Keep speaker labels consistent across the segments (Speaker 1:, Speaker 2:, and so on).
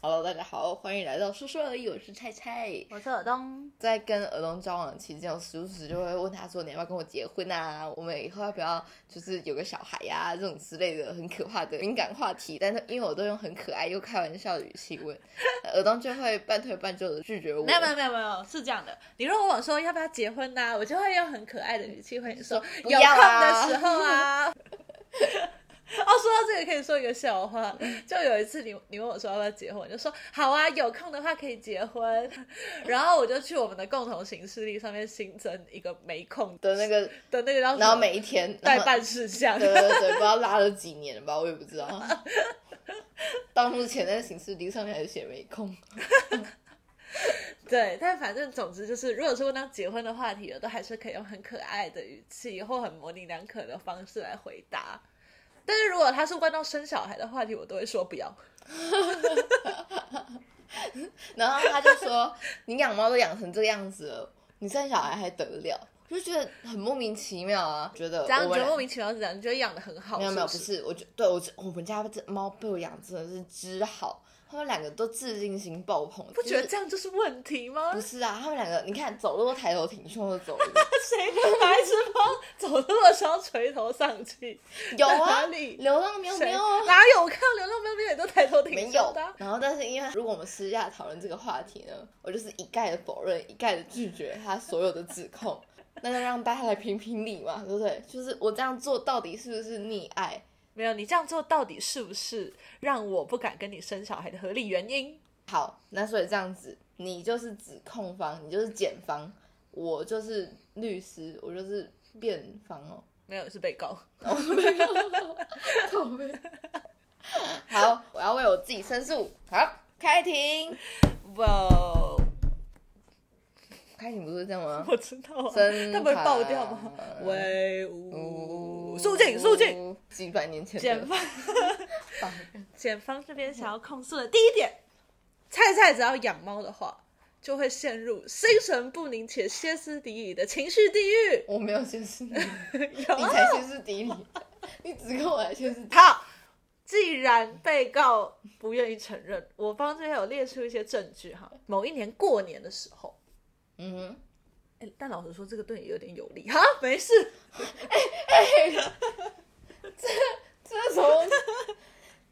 Speaker 1: Hello，大家好，欢迎来到说说而已，我是菜菜。
Speaker 2: 我是尔东，
Speaker 1: 在跟尔东交往期间，我时不时就会问他说：“你要不要跟我结婚啊？我们以后要不要就是有个小孩呀、这种之类的很可怕的敏感话题。但是因为我都用很可爱又开玩笑的语气问，尔东就会半推半就的拒绝我。
Speaker 2: 没有没有没有没有，是这样的。你如果问我说要不要结婚呐、我就会用很可爱的语气回你说
Speaker 1: 不
Speaker 2: 有
Speaker 1: 要
Speaker 2: 空
Speaker 1: 啊
Speaker 2: 的时候啊。 哦，说到这个可以说一个笑话，
Speaker 1: 嗯
Speaker 2: 就有一次你你问我说要不要结婚，我就说好啊，有空的话可以结婚。 然后我就去我们的共同行事历上面新增一个没空
Speaker 1: 的那个，
Speaker 2: 的那个叫什么
Speaker 1: 然后每一天，然
Speaker 2: 代
Speaker 1: 后
Speaker 2: 办事项，
Speaker 1: 对对对，不知道拉了几年了吧，我也不知道。到目前那个形式历上面还是写没空。
Speaker 2: 对，但反正总之就是，如果是问到结婚的话题了，都还是可以用很可爱的语气或很模棱两可的方式来回答。但是如果他是问到生小孩的话题，我都会说不要。
Speaker 1: 然后他就说：“你养猫都养成这样子了，你生小孩还得了？”我就觉得很莫名其妙啊，觉得
Speaker 2: 这样
Speaker 1: 我
Speaker 2: 你觉
Speaker 1: 们
Speaker 2: 得莫名其妙是这样，你觉得养的很好，
Speaker 1: 没有没有，不
Speaker 2: 是不是，
Speaker 1: 是，我觉对我觉我们家这猫被我养真的是只好，他们两个都自信心爆棚，
Speaker 2: 不觉
Speaker 1: 就
Speaker 2: 得
Speaker 1: 是
Speaker 2: 这样就是问题吗？
Speaker 1: 不是啊？他们两个你看走路都抬头挺胸的走路，
Speaker 2: 谁跟白痴猫走路的时候垂头丧气？
Speaker 1: 有
Speaker 2: 在哪
Speaker 1: 啊，
Speaker 2: 里
Speaker 1: 流浪喵
Speaker 2: 谁
Speaker 1: 喵啊。
Speaker 2: 哪有？我看到流浪喵喵也都抬头挺
Speaker 1: 没
Speaker 2: 胸
Speaker 1: 有
Speaker 2: 的啊，
Speaker 1: 然后但是因为如果我们私下讨论这个话题呢，我就是一概的否认，一概的拒绝他所有的指 控。那就让大家来评评理嘛，对不对？就是我这样做到底是不是溺爱？
Speaker 2: 没有，你这样做到底是不是让我不敢跟你生小孩的合理原因？
Speaker 1: 好，那所以这样子，你就是指控方，你就是检方，我就是律师，我就是辩方 哦。
Speaker 2: 没有，是被告。
Speaker 1: 靠背好，我要为我自己申诉。好，开庭。
Speaker 2: 哇哦，
Speaker 1: 开庭不是这样吗？
Speaker 2: 我知道啊，
Speaker 1: 真
Speaker 2: 他不会爆掉吗
Speaker 1: 卡？
Speaker 2: 威武，肃静，肃静。，
Speaker 1: 几百年前
Speaker 2: 检
Speaker 1: 的
Speaker 2: 方，
Speaker 1: 法院。
Speaker 2: 检方这边想要控诉的第一点，菜菜只要养猫的话，就会陷入心神不宁且歇斯底里的情绪地狱。
Speaker 1: 我没有先是你，你
Speaker 2: 有啊
Speaker 1: 才先是敌你，你只跟我来先是敌。
Speaker 2: 好，既然被告不愿意承认，我帮这边有列出一些证据哈。某一年过年的时候，
Speaker 1: 嗯哼，
Speaker 2: 哎，但老实说，这个对你有点有利哈。没事，
Speaker 1: 这是什么？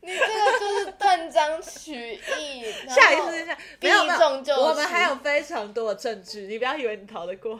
Speaker 1: 你这个就是断章取义。然后
Speaker 2: 下一次下，没有没
Speaker 1: 避重就
Speaker 2: 有，
Speaker 1: 轻
Speaker 2: 我们还有非常多的证据，你不要以为你逃得过。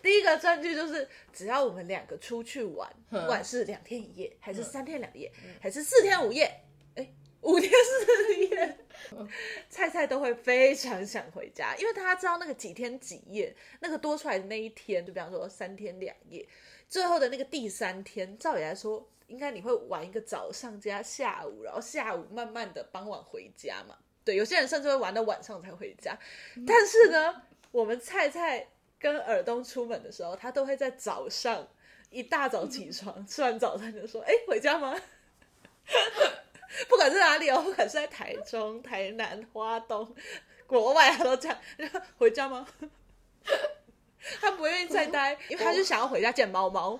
Speaker 2: 第一个证据就是，只要我们两个出去玩，不管是两天一夜，还是三天两夜，
Speaker 1: 嗯
Speaker 2: 还是四天五夜，哎，五天四夜，
Speaker 1: 嗯
Speaker 2: 菜菜都会非常想回家，因为他知道那个几天几夜，那个多出来的那一天，就比方说三天两夜，最后的那个第三天，照理来说，应该你会玩一个早上加下午，然后下午慢慢的傍晚回家嘛。对，有些人甚至会玩到晚上才回家。但是呢，我们菜菜跟尔东出门的时候，他都会在早上一大早 起床，吃完早餐就说：“哎，回家吗？” 不管是哪里哦，不管是在台中、台南、花东、国外，他都这样，然后回家吗？ 他不愿意再待，因为他就想要回家见猫猫。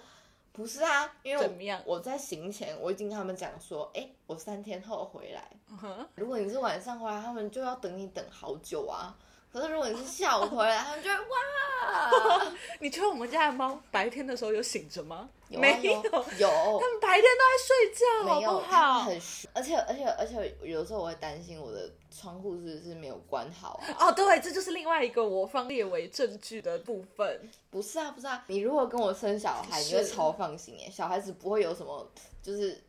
Speaker 1: 不是啊，因为
Speaker 2: 怎么样
Speaker 1: 我我在行前我已经跟他们讲说，哎、我三天后回来。
Speaker 2: 嗯哼
Speaker 1: 如果你是晚上回来，他们就要等你等好久啊。可是如果你是下午回来，他们就会哇，
Speaker 2: 你觉得我们家的猫白天的时候有醒着吗？
Speaker 1: 有啊
Speaker 2: 没有，
Speaker 1: 有
Speaker 2: 它
Speaker 1: 有
Speaker 2: 们白天都在睡觉，
Speaker 1: 没
Speaker 2: 好
Speaker 1: 有，
Speaker 2: 不
Speaker 1: 它
Speaker 2: 好？
Speaker 1: 很虚，而且而且而且有时候我会担心我的窗户是不是没有关好啊？
Speaker 2: 哦，对，这就是另外一个我方列为证据的部分。
Speaker 1: 不是啊，不是啊，你如果跟我生小孩，你
Speaker 2: 是
Speaker 1: 会超放心耶，小孩子不会有什么，就是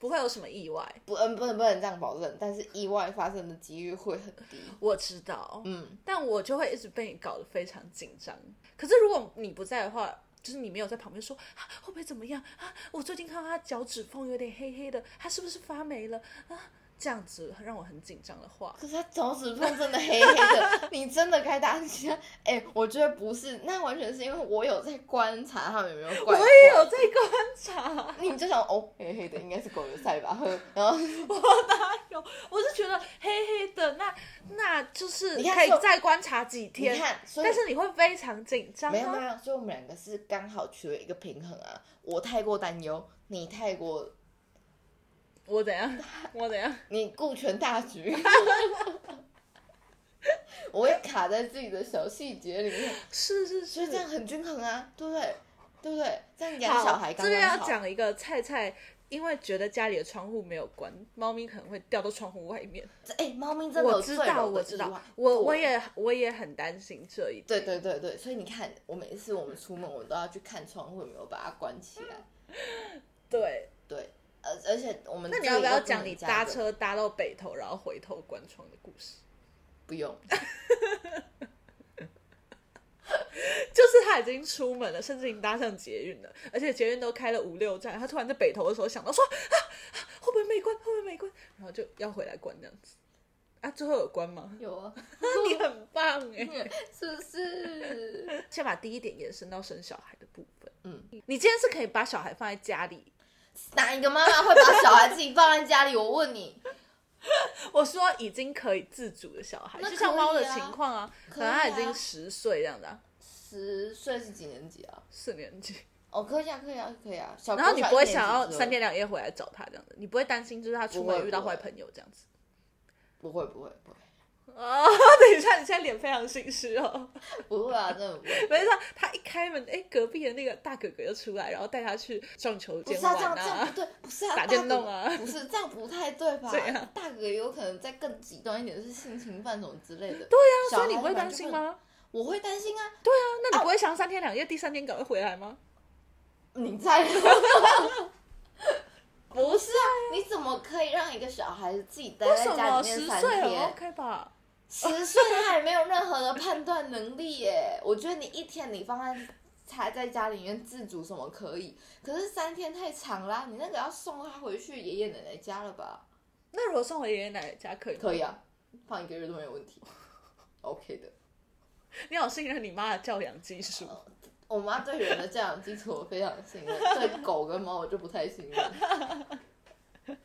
Speaker 2: 不会有什么意外，
Speaker 1: 不嗯不能不能这样保证，但是意外发生的几率会很低。
Speaker 2: 我知道，
Speaker 1: 嗯，
Speaker 2: 但我就会一直被你搞得非常紧张。可是如果你不在的话，就是你没有在旁边说、啊、会不会怎么样啊？我最近看到他脚趾缝有点黑黑的，他是不是发霉了啊？这样子让我很紧张的话，
Speaker 1: 可是他脚趾缝真的黑黑的， 你真的该担心啊。哎、我觉得不是，那完全是因为我有在观察他们有没有
Speaker 2: 我
Speaker 1: 怪怪。
Speaker 2: 也有在观察。
Speaker 1: 你就想哦，黑黑的应该是狗油塞吧，呵然后
Speaker 2: 有，我是觉得黑黑的，那那就是
Speaker 1: 你看
Speaker 2: 可以
Speaker 1: 说
Speaker 2: 再观察几
Speaker 1: 你
Speaker 2: 天。
Speaker 1: 看，所以
Speaker 2: 但是你会非常紧张、啊，
Speaker 1: 没有没有，所以我们两个是刚好取了一个平衡啊。我太过担忧，你太过
Speaker 2: 我怎样？我怎样？
Speaker 1: 你顾全大局。 我会卡在自己的小细节里面，
Speaker 2: 是是
Speaker 1: 所以
Speaker 2: 是
Speaker 1: 这，样很均衡啊，对不对？对不对？这样
Speaker 2: 好
Speaker 1: 养小孩刚
Speaker 2: 这边
Speaker 1: 刚
Speaker 2: 要
Speaker 1: 好。
Speaker 2: 讲一个菜菜，因为觉得家里的窗户没有关，猫咪可能会掉到窗户外面。
Speaker 1: 这哎，猫咪真的
Speaker 2: 我
Speaker 1: 有
Speaker 2: 知
Speaker 1: 坠
Speaker 2: 道，
Speaker 1: 楼的
Speaker 2: 我知
Speaker 1: 意
Speaker 2: 道
Speaker 1: 外，
Speaker 2: 我我
Speaker 1: 对
Speaker 2: 也我也很担心这一点。
Speaker 1: 对对对对，所以你看，我每次我们出门，我都要去看窗户有没有把它关起来。
Speaker 2: 对，
Speaker 1: 对，而而且我们
Speaker 2: 那你
Speaker 1: 这
Speaker 2: 要
Speaker 1: 里
Speaker 2: 不要
Speaker 1: 又
Speaker 2: 讲
Speaker 1: 能
Speaker 2: 你
Speaker 1: 加
Speaker 2: 搭
Speaker 1: 热？
Speaker 2: 车搭到北头，然后回头关窗的故事？
Speaker 1: 不用，？
Speaker 2: 就是他已经出门了，甚至已经搭上捷运了，而且捷运都开了五六站，他突然在北投的时候想到说啊啊，会不会没关？会不会没关？然后就要回来关这样子。啊，最后有关吗
Speaker 1: 有啊，
Speaker 2: 你很棒哎！
Speaker 1: 是不是？
Speaker 2: 先把第一点延伸到生小孩的部分。
Speaker 1: 嗯，
Speaker 2: 你今天是可以把小孩放在家里。
Speaker 1: 哪一个妈妈会把小孩自己放在家里？我问你，
Speaker 2: 我说已经可以自主的小孩，
Speaker 1: 那可以
Speaker 2: 就
Speaker 1: 啊
Speaker 2: 像猫的情况啊，
Speaker 1: 可
Speaker 2: 可
Speaker 1: 以
Speaker 2: 能
Speaker 1: 啊
Speaker 2: 他已经十岁这样子啊，
Speaker 1: 十岁是几年级啊？
Speaker 2: 四年级。
Speaker 1: 哦，可以啊，可以啊，可以啊。小
Speaker 2: 然后
Speaker 1: 国
Speaker 2: 你
Speaker 1: 小
Speaker 2: 不会
Speaker 1: 一年级
Speaker 2: 想要
Speaker 1: 之后
Speaker 2: 三天两夜回来找他这样子，你不会担心就是他出
Speaker 1: 不
Speaker 2: 门
Speaker 1: 会
Speaker 2: 遇到
Speaker 1: 不会
Speaker 2: 坏朋友这样 子。
Speaker 1: 不会不会不会
Speaker 2: 哦，
Speaker 1: 啊
Speaker 2: 等一下，你现在脸非常心虚哦。
Speaker 1: 不会啊，真的不会。
Speaker 2: 没事，他一开门，哎，隔壁的那个大哥哥就出来，然后带他去撞球
Speaker 1: 不
Speaker 2: 间
Speaker 1: 是啊，这样
Speaker 2: 玩
Speaker 1: 这样
Speaker 2: 啊
Speaker 1: 不。对，不是啊，
Speaker 2: 打
Speaker 1: 大
Speaker 2: 电动
Speaker 1: 哥
Speaker 2: 啊
Speaker 1: 不是这样不太对吧
Speaker 2: 这样？
Speaker 1: 大哥有可能再更极端一点，是性侵犯什么之类的。
Speaker 2: 对啊，
Speaker 1: 小
Speaker 2: 所
Speaker 1: 孩
Speaker 2: 以你不会
Speaker 1: 本来
Speaker 2: 担
Speaker 1: 就
Speaker 2: 心
Speaker 1: 能？
Speaker 2: 吗？
Speaker 1: 我会担心啊，
Speaker 2: 对啊，那你不会想三天两夜，第三天赶快回来吗？
Speaker 1: 你在。不是啊，你怎么可以让一个小孩子自己待
Speaker 2: 为
Speaker 1: 在
Speaker 2: 什
Speaker 1: 家
Speaker 2: 么
Speaker 1: 里
Speaker 2: 十
Speaker 1: 面三
Speaker 2: 岁很
Speaker 1: 天？
Speaker 2: OK 吧？
Speaker 1: 十岁他也没有任何的判断能力耶。我觉得你一天你放在他在家里面自主什么可以，可是三天太长啦，你那个要送他回去爷爷奶奶家了吧？
Speaker 2: 那如果送回爷爷奶奶家可以吗？
Speaker 1: 可以啊，放一个月都没有问题，OK 的。
Speaker 2: 你好信任你妈的教养技术。
Speaker 1: 哦我妈对人的教养基础我非常信任，对狗跟猫我就不太信任。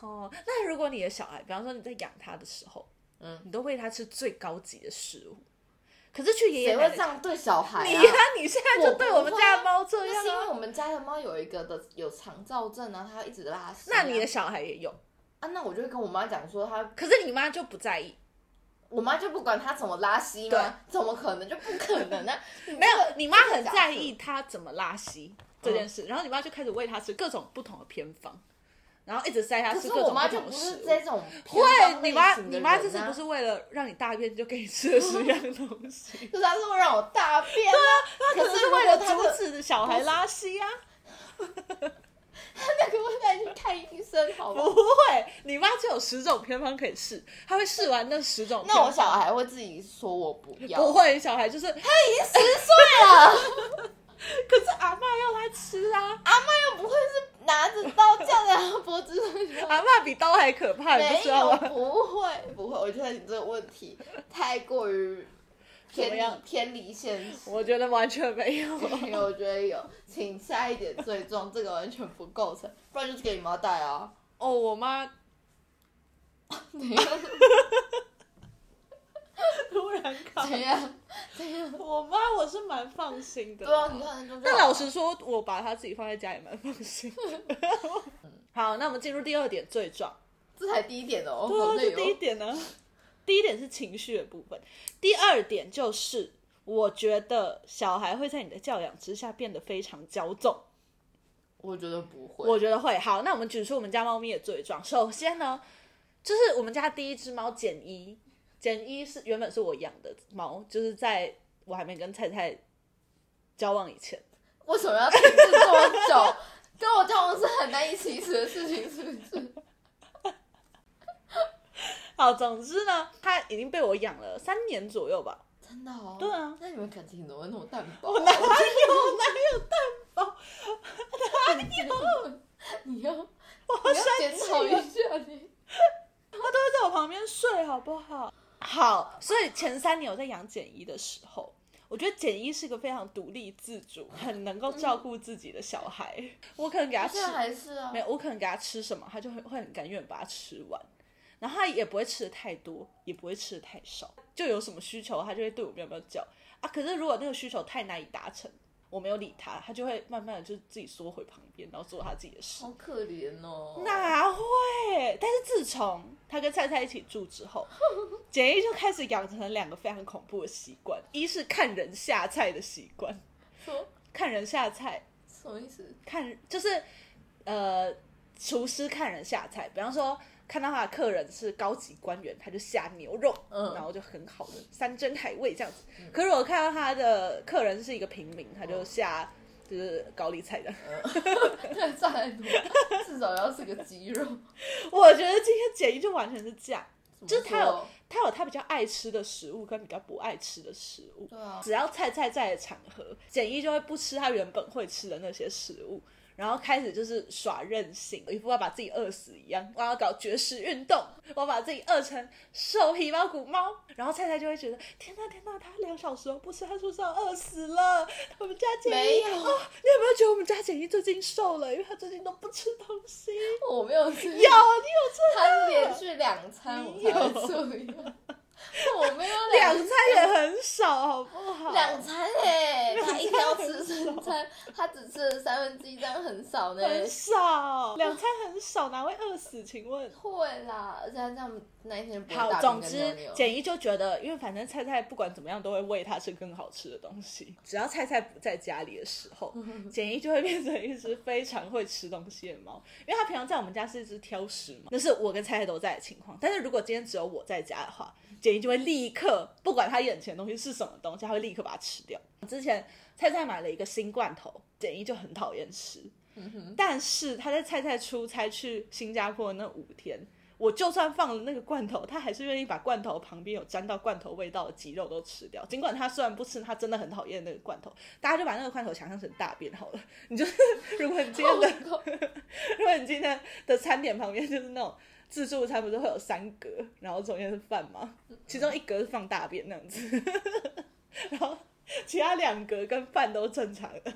Speaker 2: 哦，那如果你的小孩，比方说你在养他的时候，
Speaker 1: 嗯，
Speaker 2: 你都喂他吃最高级的食物，可是去爷爷
Speaker 1: 谁会
Speaker 2: 奶奶
Speaker 1: 这
Speaker 2: 家，
Speaker 1: 样对小孩、啊？
Speaker 2: 你呀、你现在
Speaker 1: 我
Speaker 2: 就
Speaker 1: 不
Speaker 2: 对我们
Speaker 1: 会
Speaker 2: 家
Speaker 1: 啊
Speaker 2: 的猫这
Speaker 1: 那
Speaker 2: 样
Speaker 1: 是因
Speaker 2: 啊
Speaker 1: 为。我们家的猫有一个的有肠燥症啊，它一直拉屎啊、
Speaker 2: 那你的小孩也有，
Speaker 1: 啊，那我就会跟我妈讲说它，
Speaker 2: 可是你妈就不在意。
Speaker 1: 我妈就不管它怎么拉稀吗？怎么可能？就不可能啊！
Speaker 2: 没有，你妈很
Speaker 1: 假
Speaker 2: 在
Speaker 1: 设
Speaker 2: 意她怎么拉稀这
Speaker 1: 嗯
Speaker 2: 件事，然后你妈就开始喂她吃各种不同的偏方，然后一直塞她
Speaker 1: 可
Speaker 2: 吃
Speaker 1: 是
Speaker 2: 各种
Speaker 1: 我妈
Speaker 2: 不
Speaker 1: 就
Speaker 2: 同的
Speaker 1: 不
Speaker 2: 食
Speaker 1: 是
Speaker 2: 物。
Speaker 1: 这种偏
Speaker 2: 会，
Speaker 1: 方
Speaker 2: 你
Speaker 1: 类
Speaker 2: 妈
Speaker 1: 型的
Speaker 2: 你妈
Speaker 1: 人
Speaker 2: 这次
Speaker 1: 啊
Speaker 2: 不是为了让你大便就给你吃了十样东 西，
Speaker 1: 就是她说让我大便啊，
Speaker 2: 她可
Speaker 1: 可
Speaker 2: 能
Speaker 1: 是
Speaker 2: 是
Speaker 1: 如
Speaker 2: 为
Speaker 1: 果
Speaker 2: 了
Speaker 1: 她
Speaker 2: 阻
Speaker 1: 的
Speaker 2: 止小孩拉稀啊。
Speaker 1: 那个我带去看医生好吗？
Speaker 2: 不会，啊你妈就有十种偏方可以试，她会试完那十种偏
Speaker 1: 那我
Speaker 2: 方。
Speaker 1: 小孩会自己说我不要，
Speaker 2: 不会，小孩就是，
Speaker 1: 已
Speaker 2: 可
Speaker 1: 经十岁了。
Speaker 2: 是阿妈要她吃啊，
Speaker 1: 阿妈又不会是拿着刀架在她脖子上 去
Speaker 2: 阿妈比刀还可怕，你哎不
Speaker 1: 没
Speaker 2: 知道
Speaker 1: 有，
Speaker 2: 吗？
Speaker 1: 不会不会，我觉得你这个问题太过于
Speaker 2: 怎么
Speaker 1: 偏
Speaker 2: 样
Speaker 1: 离偏离现实。
Speaker 2: 我觉得完全 没有。
Speaker 1: 没有，我觉得有，请下一点最重，这个完全不构成，不然就是给你妈带 啊。
Speaker 2: 哦，我妈
Speaker 1: 怎样？
Speaker 2: 突然 考，
Speaker 1: 怎样？
Speaker 2: 我妈我是蛮放心的。
Speaker 1: 对啊，你看就
Speaker 2: 但老实说，我把她自己放在家也蛮放心的。
Speaker 1: 嗯
Speaker 2: 好，那我们进入第二点最壮，
Speaker 1: 这才第一点哦，
Speaker 2: 对
Speaker 1: 好
Speaker 2: 啊，
Speaker 1: 累
Speaker 2: 这第一
Speaker 1: 哦。
Speaker 2: 点呢，第一点是情绪的部分，第二点就是我觉得小孩会在你的教养之下变得非常骄纵。
Speaker 1: 我觉得不会，
Speaker 2: 我觉得会。好，那我们举出我们家猫咪的罪状。首先呢，就是我们家第一只猫简一，简一是原本是我养的猫，就是在我还没跟菜菜交往以前，
Speaker 1: 为什么要停滞这么久？跟我交往是很难以启齿的事情，是不是？
Speaker 2: 好，总之呢，它已经被我养了三年左右吧。
Speaker 1: 真的哦。
Speaker 2: 对啊
Speaker 1: 那你们感情怎么会那么淡薄？啊
Speaker 2: 我哪有哪有
Speaker 1: 你要你
Speaker 2: 我好
Speaker 1: 要
Speaker 2: 生
Speaker 1: 检
Speaker 2: 气
Speaker 1: 讨一
Speaker 2: 哦，
Speaker 1: 下你。
Speaker 2: 它都会在我旁边睡，好不好？好，所以前三年我在养简一的时候。我觉得简一是个非常独立自主、很能够照顾自己的小孩。我可能给他
Speaker 1: 他
Speaker 2: 吃
Speaker 1: 现在还是啊
Speaker 2: 没，有，我可能给他吃什么，他就会会很甘愿把它吃完，然后他也不会吃的太多，也不会吃的太少，就有什么需求他就会对我喵喵叫啊。可是如果那个需求太难以达成，我没有理他，他就会慢慢的就自己缩回旁边，然后做他自己的事。
Speaker 1: 好可怜哦。
Speaker 2: 哪会？但是自从他跟菜菜一起住之后，简易就开始养成了两个非常恐怖的习惯：一是看人下菜的习惯，
Speaker 1: 说
Speaker 2: 看人下菜，
Speaker 1: 什么意思？
Speaker 2: 看就是呃，厨师看人下菜，比方说。看到他的客人是高级官员，他就下牛肉，
Speaker 1: 嗯
Speaker 2: 然后就很好的山珍海味这样子。可是我看到他的客人是一个平民，他就下就是高丽菜的。
Speaker 1: 太太多，至少要是个肌肉。
Speaker 2: 我觉得今天简一就完全是这样， 就是
Speaker 1: 怎么
Speaker 2: 他有
Speaker 1: 说
Speaker 2: 他有他比较爱吃的食物跟比较不爱吃的食物。
Speaker 1: 对啊，
Speaker 2: 只要菜菜在的场合，简一就会不吃他原本会吃的那些食物，然后开始就是耍任性，一副要把自己饿死一样。我要搞绝食运动，我要把自己饿成瘦皮包骨猫。然后菜菜就会觉得，天呐天呐，他两小时后不吃，他是不是要饿死了？我们家简一
Speaker 1: 没有
Speaker 2: 哦，你有没有觉得我们家简一最近瘦了？因为他最近都不吃东西。
Speaker 1: 我没有吃，
Speaker 2: 有，你
Speaker 1: 他是连续两餐我才会注意。 我没有
Speaker 2: 有吃两
Speaker 1: 两
Speaker 2: 餐也很少，好不好？
Speaker 1: 两餐哎、
Speaker 2: 两餐
Speaker 1: 他一天要吃三餐，他只吃了三分之一，这样很少 呢、
Speaker 2: 很少，两餐很少，哪会饿死？请问。
Speaker 1: 会啦，而且他这样那一天不会
Speaker 2: 好，
Speaker 1: 大
Speaker 2: 总
Speaker 1: 便
Speaker 2: 之
Speaker 1: 跟尿，
Speaker 2: 简一就觉得，因为反正菜菜不管怎么样都会喂他吃更好吃的东西。只要菜菜不在家里的时候，简一就会变成一只非常会吃东西的猫。因为它平常在我们家是一只挑食猫，那是我跟菜菜都在的情况。但是如果今天只有我在家的话，简一就会立刻不管他眼前的东西是什么东西，他会立刻把它吃掉。之前菜菜买了一个新罐头，简一就很讨厌吃。但是他在菜菜出差去新加坡的那五天，我就算放了那个罐头，他还是愿意把罐头旁边有沾到罐头味道的鸡肉都吃掉。尽管他虽然不吃，他真的很讨厌那个罐头。大家就把那个罐头想象成大便好了。你就是如果你今天的
Speaker 1: 好痛
Speaker 2: 如果你今天的餐点旁边就是那种自助餐，不是会有三格，然后中间是饭吗？其中一格是放大便那样子， 然后其他两格跟饭都正常的。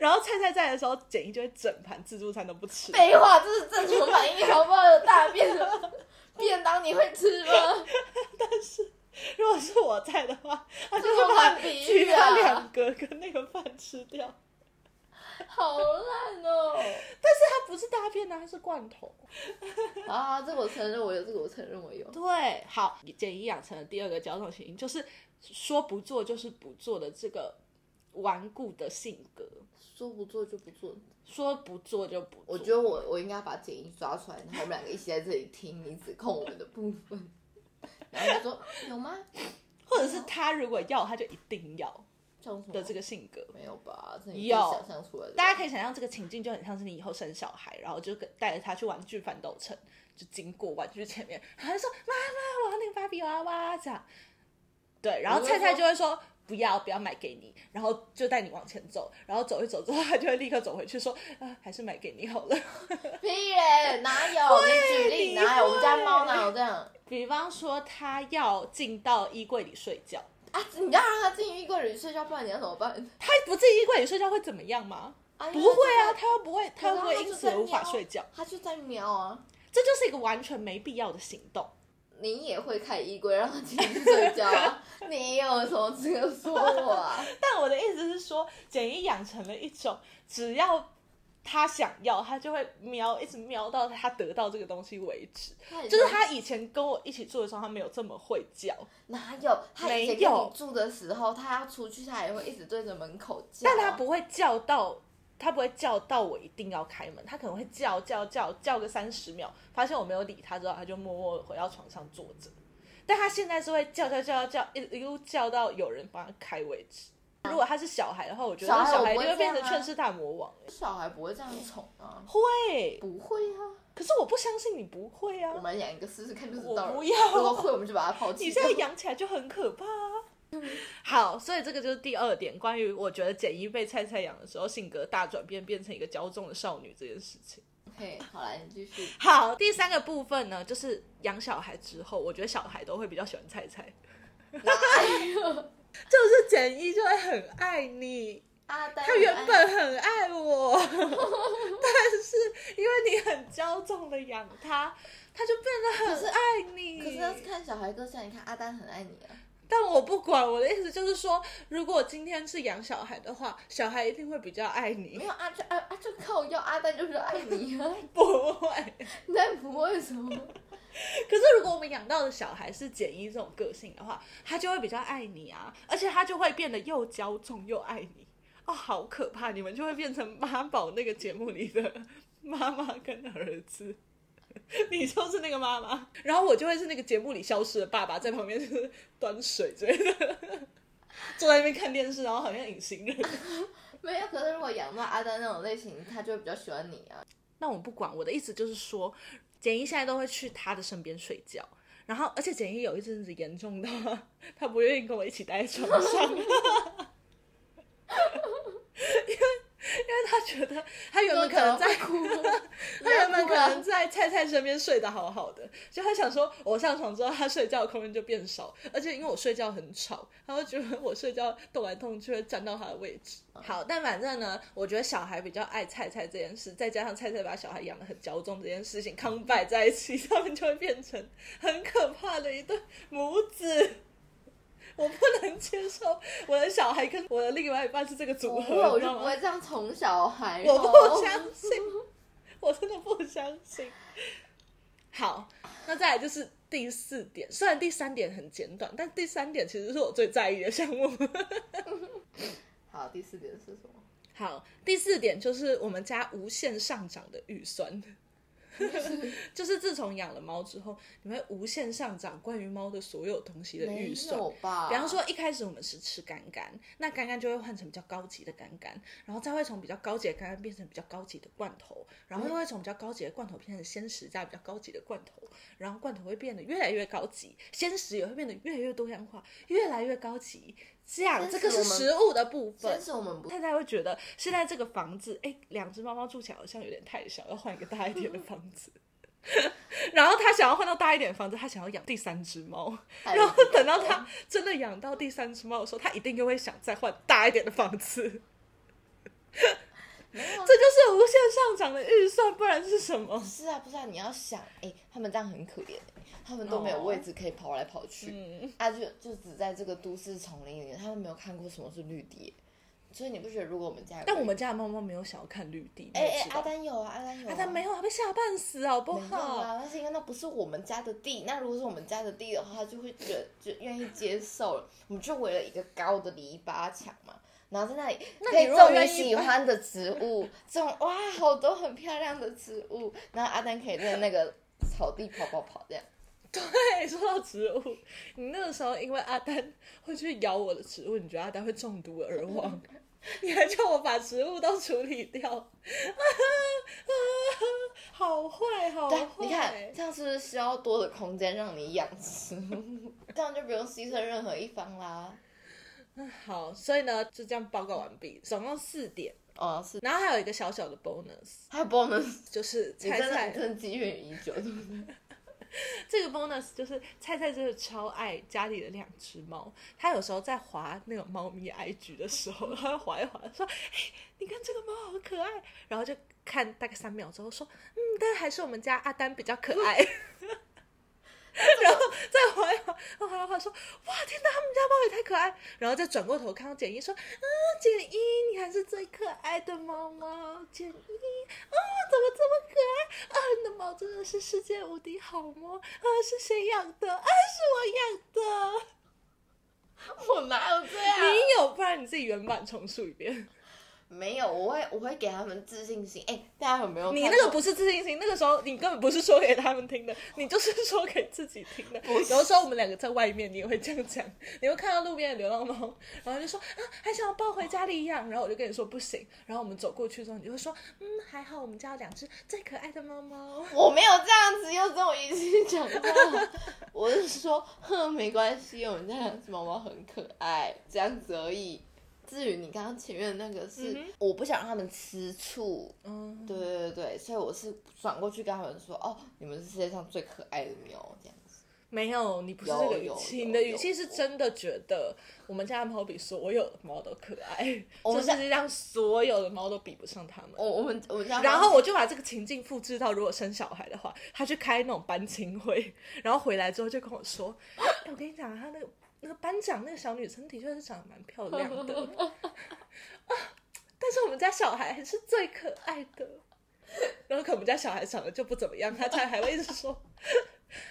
Speaker 2: 然后菜菜在的时候，简一就会整盘自助餐都不吃。
Speaker 1: 废话，这是正常反应，好不好？有大便 的便当你会吃吗？
Speaker 2: 如果是我在的话，他就
Speaker 1: 这
Speaker 2: 会
Speaker 1: 么
Speaker 2: 把
Speaker 1: 烂比
Speaker 2: 其
Speaker 1: 喻
Speaker 2: 他
Speaker 1: 啊
Speaker 2: 两格跟那个饭吃掉。
Speaker 1: 好烂哦！
Speaker 2: 但它不是大便啊，它是罐头。
Speaker 1: 啊，这个我承认我有，这个我承认我有。
Speaker 2: 对，好，简易养成的第二个交通情就是说不做就是不做的这个顽固的性格，
Speaker 1: 说不做就不做。
Speaker 2: 说不做就不做。
Speaker 1: 我觉得我我应该把剪映抓出来，然后我们两个一起在这里听你指控我们的部分。 然后他说有吗？
Speaker 2: 或者是他如果要，他就一定要
Speaker 1: 叫什么
Speaker 2: 的这个性格。
Speaker 1: 没有吧？这你
Speaker 2: 有
Speaker 1: 想象出来的吧。
Speaker 2: 大家可
Speaker 1: 以
Speaker 2: 以想象这个情境就很像是你以后生小孩，然后就跟带着他去玩具反斗城，就经过玩具前面，然后就说妈妈，我要那个芭比娃娃这样。对，然后菜菜就会说不要不要买给你，然后就带你往前走，然后走一走之后，他就会立刻走回去说，啊，还是买给你好了。
Speaker 1: 屁嘞，哪有？你举例
Speaker 2: 你
Speaker 1: 哪有？我们家
Speaker 2: 会
Speaker 1: 猫哪有这样啊？
Speaker 2: 比方说，他要进到衣柜里睡觉，
Speaker 1: 啊你要让它进衣柜里睡觉，不然你要怎么办？
Speaker 2: 他不进衣柜里睡觉会怎么样吗？
Speaker 1: 啊
Speaker 2: 不会啊，，他又不会，他
Speaker 1: 因为
Speaker 2: 又
Speaker 1: 就在
Speaker 2: 不会因此而无法睡觉，，
Speaker 1: 它就在喵啊。
Speaker 2: 这就是一个完全没必要的行动。
Speaker 1: 你也会开衣柜让它进去睡觉啊？ 你有什么资格说我啊？
Speaker 2: 但我的意思是说，简一养成了一种，只要他想要，他就会瞄，一直瞄到他得到这个东西为止。
Speaker 1: 嗯
Speaker 2: 就是他以前跟我一起住的时候，他没有这么会叫，
Speaker 1: 哪有？他以前
Speaker 2: 没
Speaker 1: 跟
Speaker 2: 有
Speaker 1: 你住的时候，他要出去，他也会一直对着门口叫啊、
Speaker 2: 但他不会叫到，他不会叫到我一定要开门，他可能会叫叫叫叫个三十秒，发现我没有理他之后，他就默默地回到床上坐着。但他现在是会叫叫叫叫，一一路叫到有人帮他开为止。如果他是小孩的话，我觉得
Speaker 1: 小孩
Speaker 2: 小孩
Speaker 1: 我
Speaker 2: 就
Speaker 1: 不会
Speaker 2: 会变成
Speaker 1: 这样啊
Speaker 2: 劝世大魔王、欸
Speaker 1: 小孩不会这样宠啊，
Speaker 2: 会，
Speaker 1: 不会啊。
Speaker 2: 可是我不相信你不会啊
Speaker 1: 我！们养一个试试看就知
Speaker 2: 我
Speaker 1: 道了。
Speaker 2: 不要
Speaker 1: 如果会，我们就把它抛弃。
Speaker 2: 你现在养起来就很可怕、啊。好，所以这个就是第二点，关于我觉得简一被菜菜养的时候，性格大转变，变成一个骄纵的少女这件事情。
Speaker 1: 嘿，好啦，你继 续。
Speaker 2: 好，第三个部分呢，就是养小孩之后，我觉得小孩都会比较喜欢菜菜，
Speaker 1: 哪有？
Speaker 2: 就是简一就会很爱你，
Speaker 1: 阿丹，
Speaker 2: 他原本很爱我， 但是因为你很骄纵的养他，他就变得很爱你。
Speaker 1: 可是要是看小孩个像，你看阿丹很爱你啊，
Speaker 2: 但我不管，我的意思就是说，如果今天是养小孩的话，小孩一定会比较爱
Speaker 1: 没
Speaker 2: 你，
Speaker 1: 有啊，就啊啊就靠要阿蛋就是爱你啊，
Speaker 2: 不会。
Speaker 1: 那不为什么？
Speaker 2: 可是如果我们养到的小孩是简一这种个性的话，他就会比较爱你啊，而且他就会变得又骄纵又爱你。哦，好可怕！你们就会变成妈宝那个节目里的妈妈跟儿子。 你就是那个妈妈，然后我就会是那个节目里消失的爸爸，在旁边就是端水之类的，坐在那边看电视，然后好像隐形人。
Speaker 1: 没有，可是如果养到阿丹那种类型，他就会比较喜欢你啊。
Speaker 2: 那我不管，我的意思就是说，简一现在都会去他的身边睡觉，然后而且简一有一阵子严重到他不愿意跟我一起待在床上， 因为因为他觉得他原本可能在
Speaker 1: 哭，
Speaker 2: 他原本可
Speaker 1: 啊
Speaker 2: 能在菜菜身边睡得好好的，就他想说，我上床之后，他睡觉的空间就变少，而且因为我睡觉很吵，他会觉得我睡觉动来动去会占到他的位置。好，但反正呢，我觉得小孩比较爱菜菜这件事，再加上菜菜把小孩养得很骄纵这件事情 c 摆在一起，他们就会变成很可怕的一对母子。 我不能接受我的小孩跟我的另外一半是这个组
Speaker 1: 我
Speaker 2: 合，
Speaker 1: 不会，哦我
Speaker 2: 你
Speaker 1: 就
Speaker 2: 知道
Speaker 1: 不
Speaker 2: 吗
Speaker 1: 会这样宠小孩。
Speaker 2: 我
Speaker 1: 哦
Speaker 2: 不相信， 我真的不相信。好，那再来就是第四点，虽然第三点很简短，但第三点其实是我最在意的项目。
Speaker 1: 好，第四点是什么？
Speaker 2: 好，第四点就是我们家无限上涨的预算， 就是自从养了猫之后，你会无限上涨关于猫的所有东西的预算
Speaker 1: 没。有吧？
Speaker 2: 比方说，一开始我们是吃干干，那干干就会换成比较高级的干干，然后再会从比较高级的干干变成比较高级的罐头，然后又会从比较高级的罐头变成鲜食加比较高级的罐头，然后罐头会变得越来越高级，鲜食也会变得越来越多样化，越来越高级。这样，
Speaker 1: 但
Speaker 2: 这
Speaker 1: 是
Speaker 2: 个是
Speaker 1: 我们嗯
Speaker 2: 食物的部分
Speaker 1: 但。是我们不
Speaker 2: 太太会觉得现在这个房子，哎，两只猫猫住起来好像有点太小，要换一个大一点的房子。 然后他想要换到大一点的房子，他想要养第三只猫。
Speaker 1: 太
Speaker 2: 然后等到他真的养到第三只猫的时候，他一定又会想再换大一点的房子。
Speaker 1: 没有啊
Speaker 2: 这就是无限上涨的预算，不然是什么？
Speaker 1: 是啊，不是啊，你要想，哎、他们这样很可怜、他们都没有
Speaker 2: 哦
Speaker 1: 位置可以跑来跑去，
Speaker 2: 嗯
Speaker 1: 啊，就就只在这个都市丛林里面，他们没有看过什么是绿地，所以你不觉得如果我们家有，
Speaker 2: 但我们家的猫猫没有想要看绿地，
Speaker 1: 哎哎、
Speaker 2: 你也知道
Speaker 1: 阿丹有啊，阿丹有、啊，
Speaker 2: 阿丹没有啊，被吓半死好不
Speaker 1: 没有
Speaker 2: 好？
Speaker 1: 啊，但是因为那不是我们家的地，那如果是我们家的地的话，他就会觉得就愿意接受了，我们就围了一个高的篱笆墙嘛。然后在那里
Speaker 2: 那
Speaker 1: 可
Speaker 2: 你
Speaker 1: 以
Speaker 2: 如果
Speaker 1: 种
Speaker 2: 愿
Speaker 1: 你
Speaker 2: 意
Speaker 1: 喜
Speaker 2: 搬
Speaker 1: 欢的植物，种哇好多很漂亮的植物，然后阿丹可以在那个草地跑跑跑这样。
Speaker 2: 对，说到植物，你那个时候因为阿丹会去咬我的植物，你觉得阿丹会中毒而亡？ 你还叫我把植物都处理掉， 啊啊，好坏好
Speaker 1: 对
Speaker 2: 坏
Speaker 1: 啊，！你看这样是不是需要多的空间让你养殖？ 这样就不用牺牲任何一方啦。
Speaker 2: 好，所以呢，就这样报告完毕，总共四点，
Speaker 1: 哦，是，
Speaker 2: 然后还有一个小小的 bonus，
Speaker 1: 还有 bonus，
Speaker 2: 就是
Speaker 1: 你
Speaker 2: 菜
Speaker 1: 真的你
Speaker 2: 菜
Speaker 1: 真的 积怨已久，对不对？
Speaker 2: 这个 bonus 就是菜菜真的超爱家里的两只猫，她有时候在滑那种猫咪 IG 的时候，她会滑一滑说：“哎、你看这个猫好可爱。”然后就看大概三秒之后说：“嗯，但还是我们家阿丹比较可爱。”然后再滑一滑，然后滑一滑说：“哇，天哪，他们家猫也太可爱！”然后再转过头看到简一说：“嗯，简一，你还是最可爱的猫猫，简一，哦，怎么这么可爱？啊，你的猫真的是世界无敌好猫啊！是谁养的？啊，是我养的。
Speaker 1: 我哪有这样？
Speaker 2: 你有，不然你自己原版重述一遍。
Speaker 1: 没有，我会我会给他们自信心。哎、大家有没有看
Speaker 2: 你
Speaker 1: 过？
Speaker 2: 那个不是自信心，那个时候你根本不是说给他们听的，你就是说给自己听的。有的时候我们两个在外面，你也会这样讲，你会看到路边的流浪猫，然后就说啊，还想要抱回家里养，然后我就跟你说不行，然后我们走过去之后，你就会说，嗯，还好我们家有两只最可爱的猫猫。
Speaker 1: 我没有这样子，又跟我一起讲话。我是说，哼，没关系，我们家两只猫猫很可爱，这样子而已。至于你刚刚前面那个是，
Speaker 2: 嗯哼
Speaker 1: 我不想让他们吃醋，
Speaker 2: 嗯，
Speaker 1: 对对对对，所以我是转过去跟他们说，哦，你们是世界上最可爱的喵，这样子。
Speaker 2: 没有，你不是这个语
Speaker 1: 有
Speaker 2: 气，
Speaker 1: 有
Speaker 2: 你的语
Speaker 1: 有
Speaker 2: 气是真的觉得我们家的猫比所有的猫都可爱，
Speaker 1: 我们
Speaker 2: 这世
Speaker 1: 家
Speaker 2: 界上所有的猫都比不上它们。
Speaker 1: 我我们我们家猫，
Speaker 2: 然后我就把这个情境复制到，如果生小孩的话，他去开那种班亲会，然后回来之后就跟我说：“哎我跟你讲，他那个那个班长那个小女生的确是长得蛮漂亮 的啊，但是我们家小孩还是最可爱的。然后可我们家小孩长得就不怎么样，他才还会一直说：“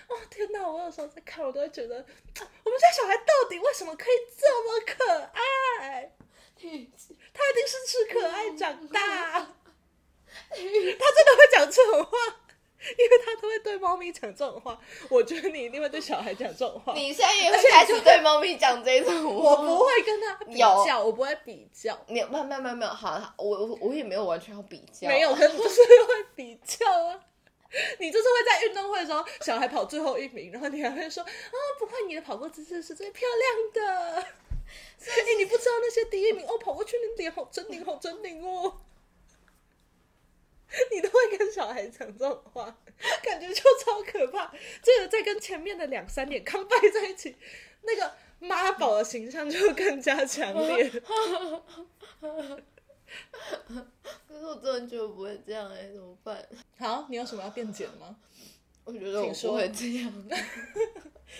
Speaker 2: 哦天哪！”我有时候在看，我都会觉得我们家小孩到底为什么可以这么可爱？他一定是吃可爱长大，他真的会讲这种话，因为他都会对猫咪讲这种话。我觉得你一定会对小孩讲这种话。
Speaker 1: 你现在也会开始对猫咪讲这种话？
Speaker 2: 我不会跟他比较，我不会比较，
Speaker 1: 没有，没有，没有，没有，没有好，好我我我也没有完全要比较，
Speaker 2: 没有，可能就是会比较啊。你就是会在运动会的时候，小孩跑最后一名，然后你还会说啊、不会，你的跑步姿势是最漂亮的。哎、你不知道那些第一名哦，跑过去你脸好狰狞，好狰狞哦。 你都会跟小孩讲这种话，感觉就超可怕。这个再跟前面的两三点康拜在一起，那个妈宝的形象就更加强烈。
Speaker 1: 可是我真的觉得不会这样哎、怎么办？
Speaker 2: 好，你有什么要辩解的吗？
Speaker 1: 我觉得我
Speaker 2: 请说
Speaker 1: 不会这样，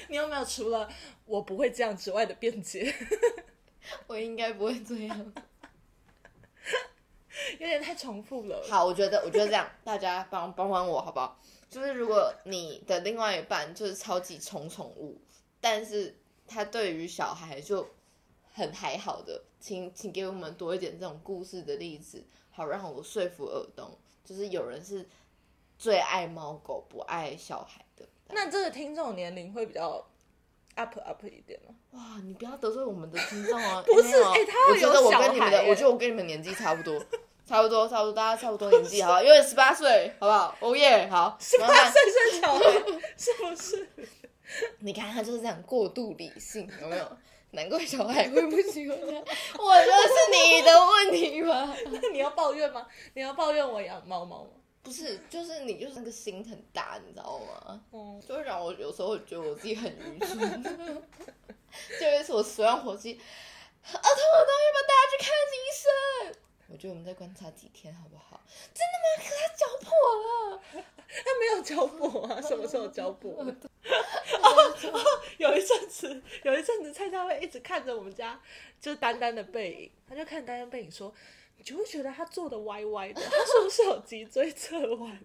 Speaker 2: 你有没有除了我不会这样之外的辩解？
Speaker 1: 我应该不会这样。
Speaker 2: 有点太重复了。
Speaker 1: 好，我觉得，我觉得这样，大家帮帮帮我好不好？就是如果你的另外一半就是超级宠宠物，但是他对于小孩就很还好的，请请给我们多一点这种故事的例子，好让我说服耳东。就是有人是最爱猫狗不爱小孩的，
Speaker 2: 那这个听众年龄会比较 up up 一点吗？
Speaker 1: 哇，你不要得罪我们的听众 哦、
Speaker 2: 不是
Speaker 1: 没有
Speaker 2: 哎他
Speaker 1: 我
Speaker 2: 有
Speaker 1: 觉得我跟你
Speaker 2: 小孩
Speaker 1: 们的，
Speaker 2: 哎
Speaker 1: 我觉得我跟你们年纪差不多， 差不多，差不多，大家差不多年纪，好不好？ 因为十八岁，好不好？哦耶，好，
Speaker 2: 十
Speaker 1: 麻
Speaker 2: 八
Speaker 1: 烦
Speaker 2: 岁生小孩 是不是？
Speaker 1: 你看他就是这样过度理性，有没 有？难怪小孩会不喜欢他，我觉得是你的问题吧？
Speaker 2: 那你要抱怨吗？你要抱怨我养猫猫吗？
Speaker 1: 不是，就是你就是那个心很大，你知道吗？
Speaker 2: 哦，
Speaker 1: 就会让我有时候觉得我自己很愚 蠢。就有一次我死完火气，儿童耳朵要不要带他去看医生？我觉得我们再观察几天好不好？真的吗？可他脚破了。
Speaker 2: 它没有交补啊， 什么时候交补？有一阵子，有一阵子，蔡佳慧一直看着我们家就是丹丹的背影，她就看丹丹背影说，你就会觉得她坐的歪歪的，她是不是有脊椎侧弯？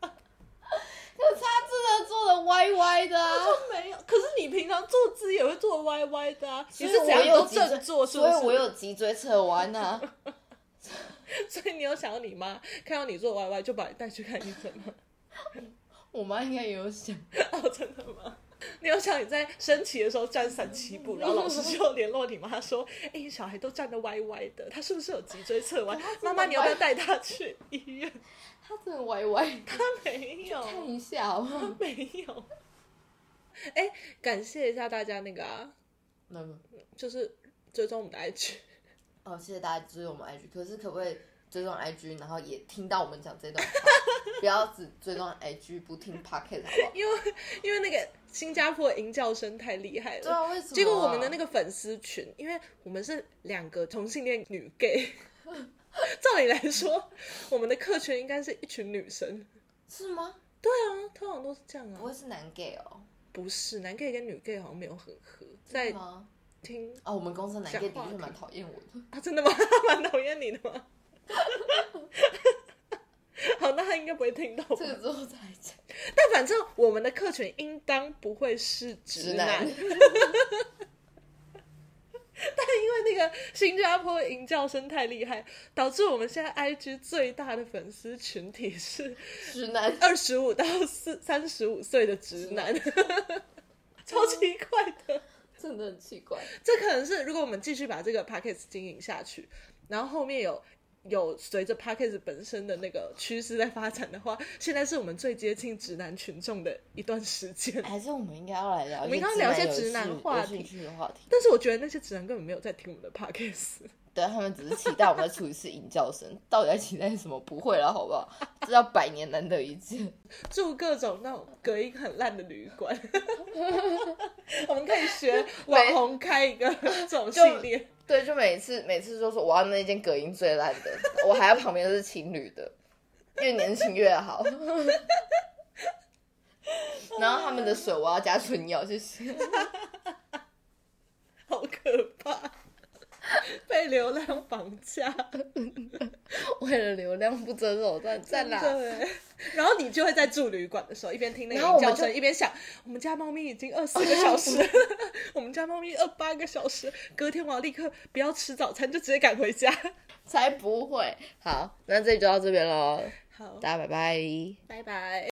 Speaker 1: 可是他真的坐的歪歪的、啊。
Speaker 2: 没有，哎可是你平常坐姿也会坐歪歪的啊，你
Speaker 1: 所
Speaker 2: 是
Speaker 1: 以
Speaker 2: 怎
Speaker 1: 我
Speaker 2: 样
Speaker 1: 有
Speaker 2: 都
Speaker 1: 脊椎
Speaker 2: 正坐，是不
Speaker 1: 所
Speaker 2: 是？
Speaker 1: 以我有脊椎侧弯啊。
Speaker 2: 所以你有想要你妈看到你做 YY 就把你带去看医生吗？
Speaker 1: 我妈应该也有想，
Speaker 2: 哦，真的吗？你有想你在升旗的时候站三七步，然后老师就联络你妈说：“哎、你小孩都站得歪歪的，他是不是有脊椎侧弯
Speaker 1: 他真？的
Speaker 2: 妈妈，你要不要带他去医院
Speaker 1: 她真的歪歪，？”
Speaker 2: 他没有，
Speaker 1: 看一下好不好？
Speaker 2: 没有。哎、感谢一下大家那个啊，
Speaker 1: 没有没有
Speaker 2: 就是追踪我们的 IG，
Speaker 1: 嗯哦，谢谢大家追踪我们 IG，可是可不可以追踪 IG，然后也听到我们讲这段话，不要只追踪 IG 不听 Pocket 好不好？
Speaker 2: 因为因为那个新加坡的营教生太厉害了，
Speaker 1: 对啊，为什么啊、
Speaker 2: 结果我们的那个粉丝群，因为我们是两个同性恋女 gay，照理来说，我们的客群应该是一群女生。
Speaker 1: 是吗？
Speaker 2: 对啊，通常都是这样
Speaker 1: 不
Speaker 2: 啊。
Speaker 1: 会是男 gay 哦？
Speaker 2: 不是男 gay 跟女 gay 好像没有很合，
Speaker 1: 对
Speaker 2: 在
Speaker 1: 吗？
Speaker 2: 听
Speaker 1: 哦，我们公司的男 gay
Speaker 2: 讲
Speaker 1: 的
Speaker 2: 话
Speaker 1: 确蛮讨厌我的。
Speaker 2: 啊，真的吗？ 蛮讨厌你的吗？ 好，那他应该不会听到吧。
Speaker 1: 这个之后再讲。
Speaker 2: 但反正我们的客群应当不会是直
Speaker 1: 直男
Speaker 2: 但因为那个新加坡营教生太厉害，导致我们现在 IG 最大的粉丝群体是
Speaker 1: 直男，
Speaker 2: 二十五到四三十五岁的直男， 超奇怪的。
Speaker 1: 真的很奇怪。
Speaker 2: 这可能是如果我们继续把这个 p a c k a g e 经营下去，然后后面有有随着 p a c k a g e 本身的那个趋势在发展的话，现在是我们最接近直男群众的一段时间。
Speaker 1: 还是我们应该要来聊
Speaker 2: 我
Speaker 1: 一
Speaker 2: 们
Speaker 1: 些
Speaker 2: 应该要聊一些直
Speaker 1: 直
Speaker 2: 男
Speaker 1: 男有兴
Speaker 2: 话
Speaker 1: 有
Speaker 2: 题
Speaker 1: 兴趣的话题。
Speaker 2: 但是我觉得那些直男根本没有在听我们的 podcast，
Speaker 1: 对他们只是期待我们再出一次引教声， 到底在期待什么？不会了，好不好？这叫百年难得一见。
Speaker 2: 住各种那种隔音很烂的旅馆。 我们可以学 网红开一个这种系列，
Speaker 1: 对，就每次每次就说我要那间隔音最烂的，我还要旁边都是情侣的，越年轻越好。 然后他们的水我要加春药，谢谢。
Speaker 2: 怕，被流量绑架，
Speaker 1: 为了流量不择手段，赞啦！
Speaker 2: 对。欸然后你就会在住旅馆的时候，一边听那
Speaker 1: 然后
Speaker 2: 个
Speaker 1: 我们
Speaker 2: 叫
Speaker 1: 就
Speaker 2: 声，一边想，我们家猫咪已经二十个小时了， 我们家猫咪二八个小时，隔天我要立刻不要吃早餐，就直接赶回家。
Speaker 1: 才不会。好，那这里就到这边喽，
Speaker 2: 好，
Speaker 1: 大家拜拜。
Speaker 2: 拜拜。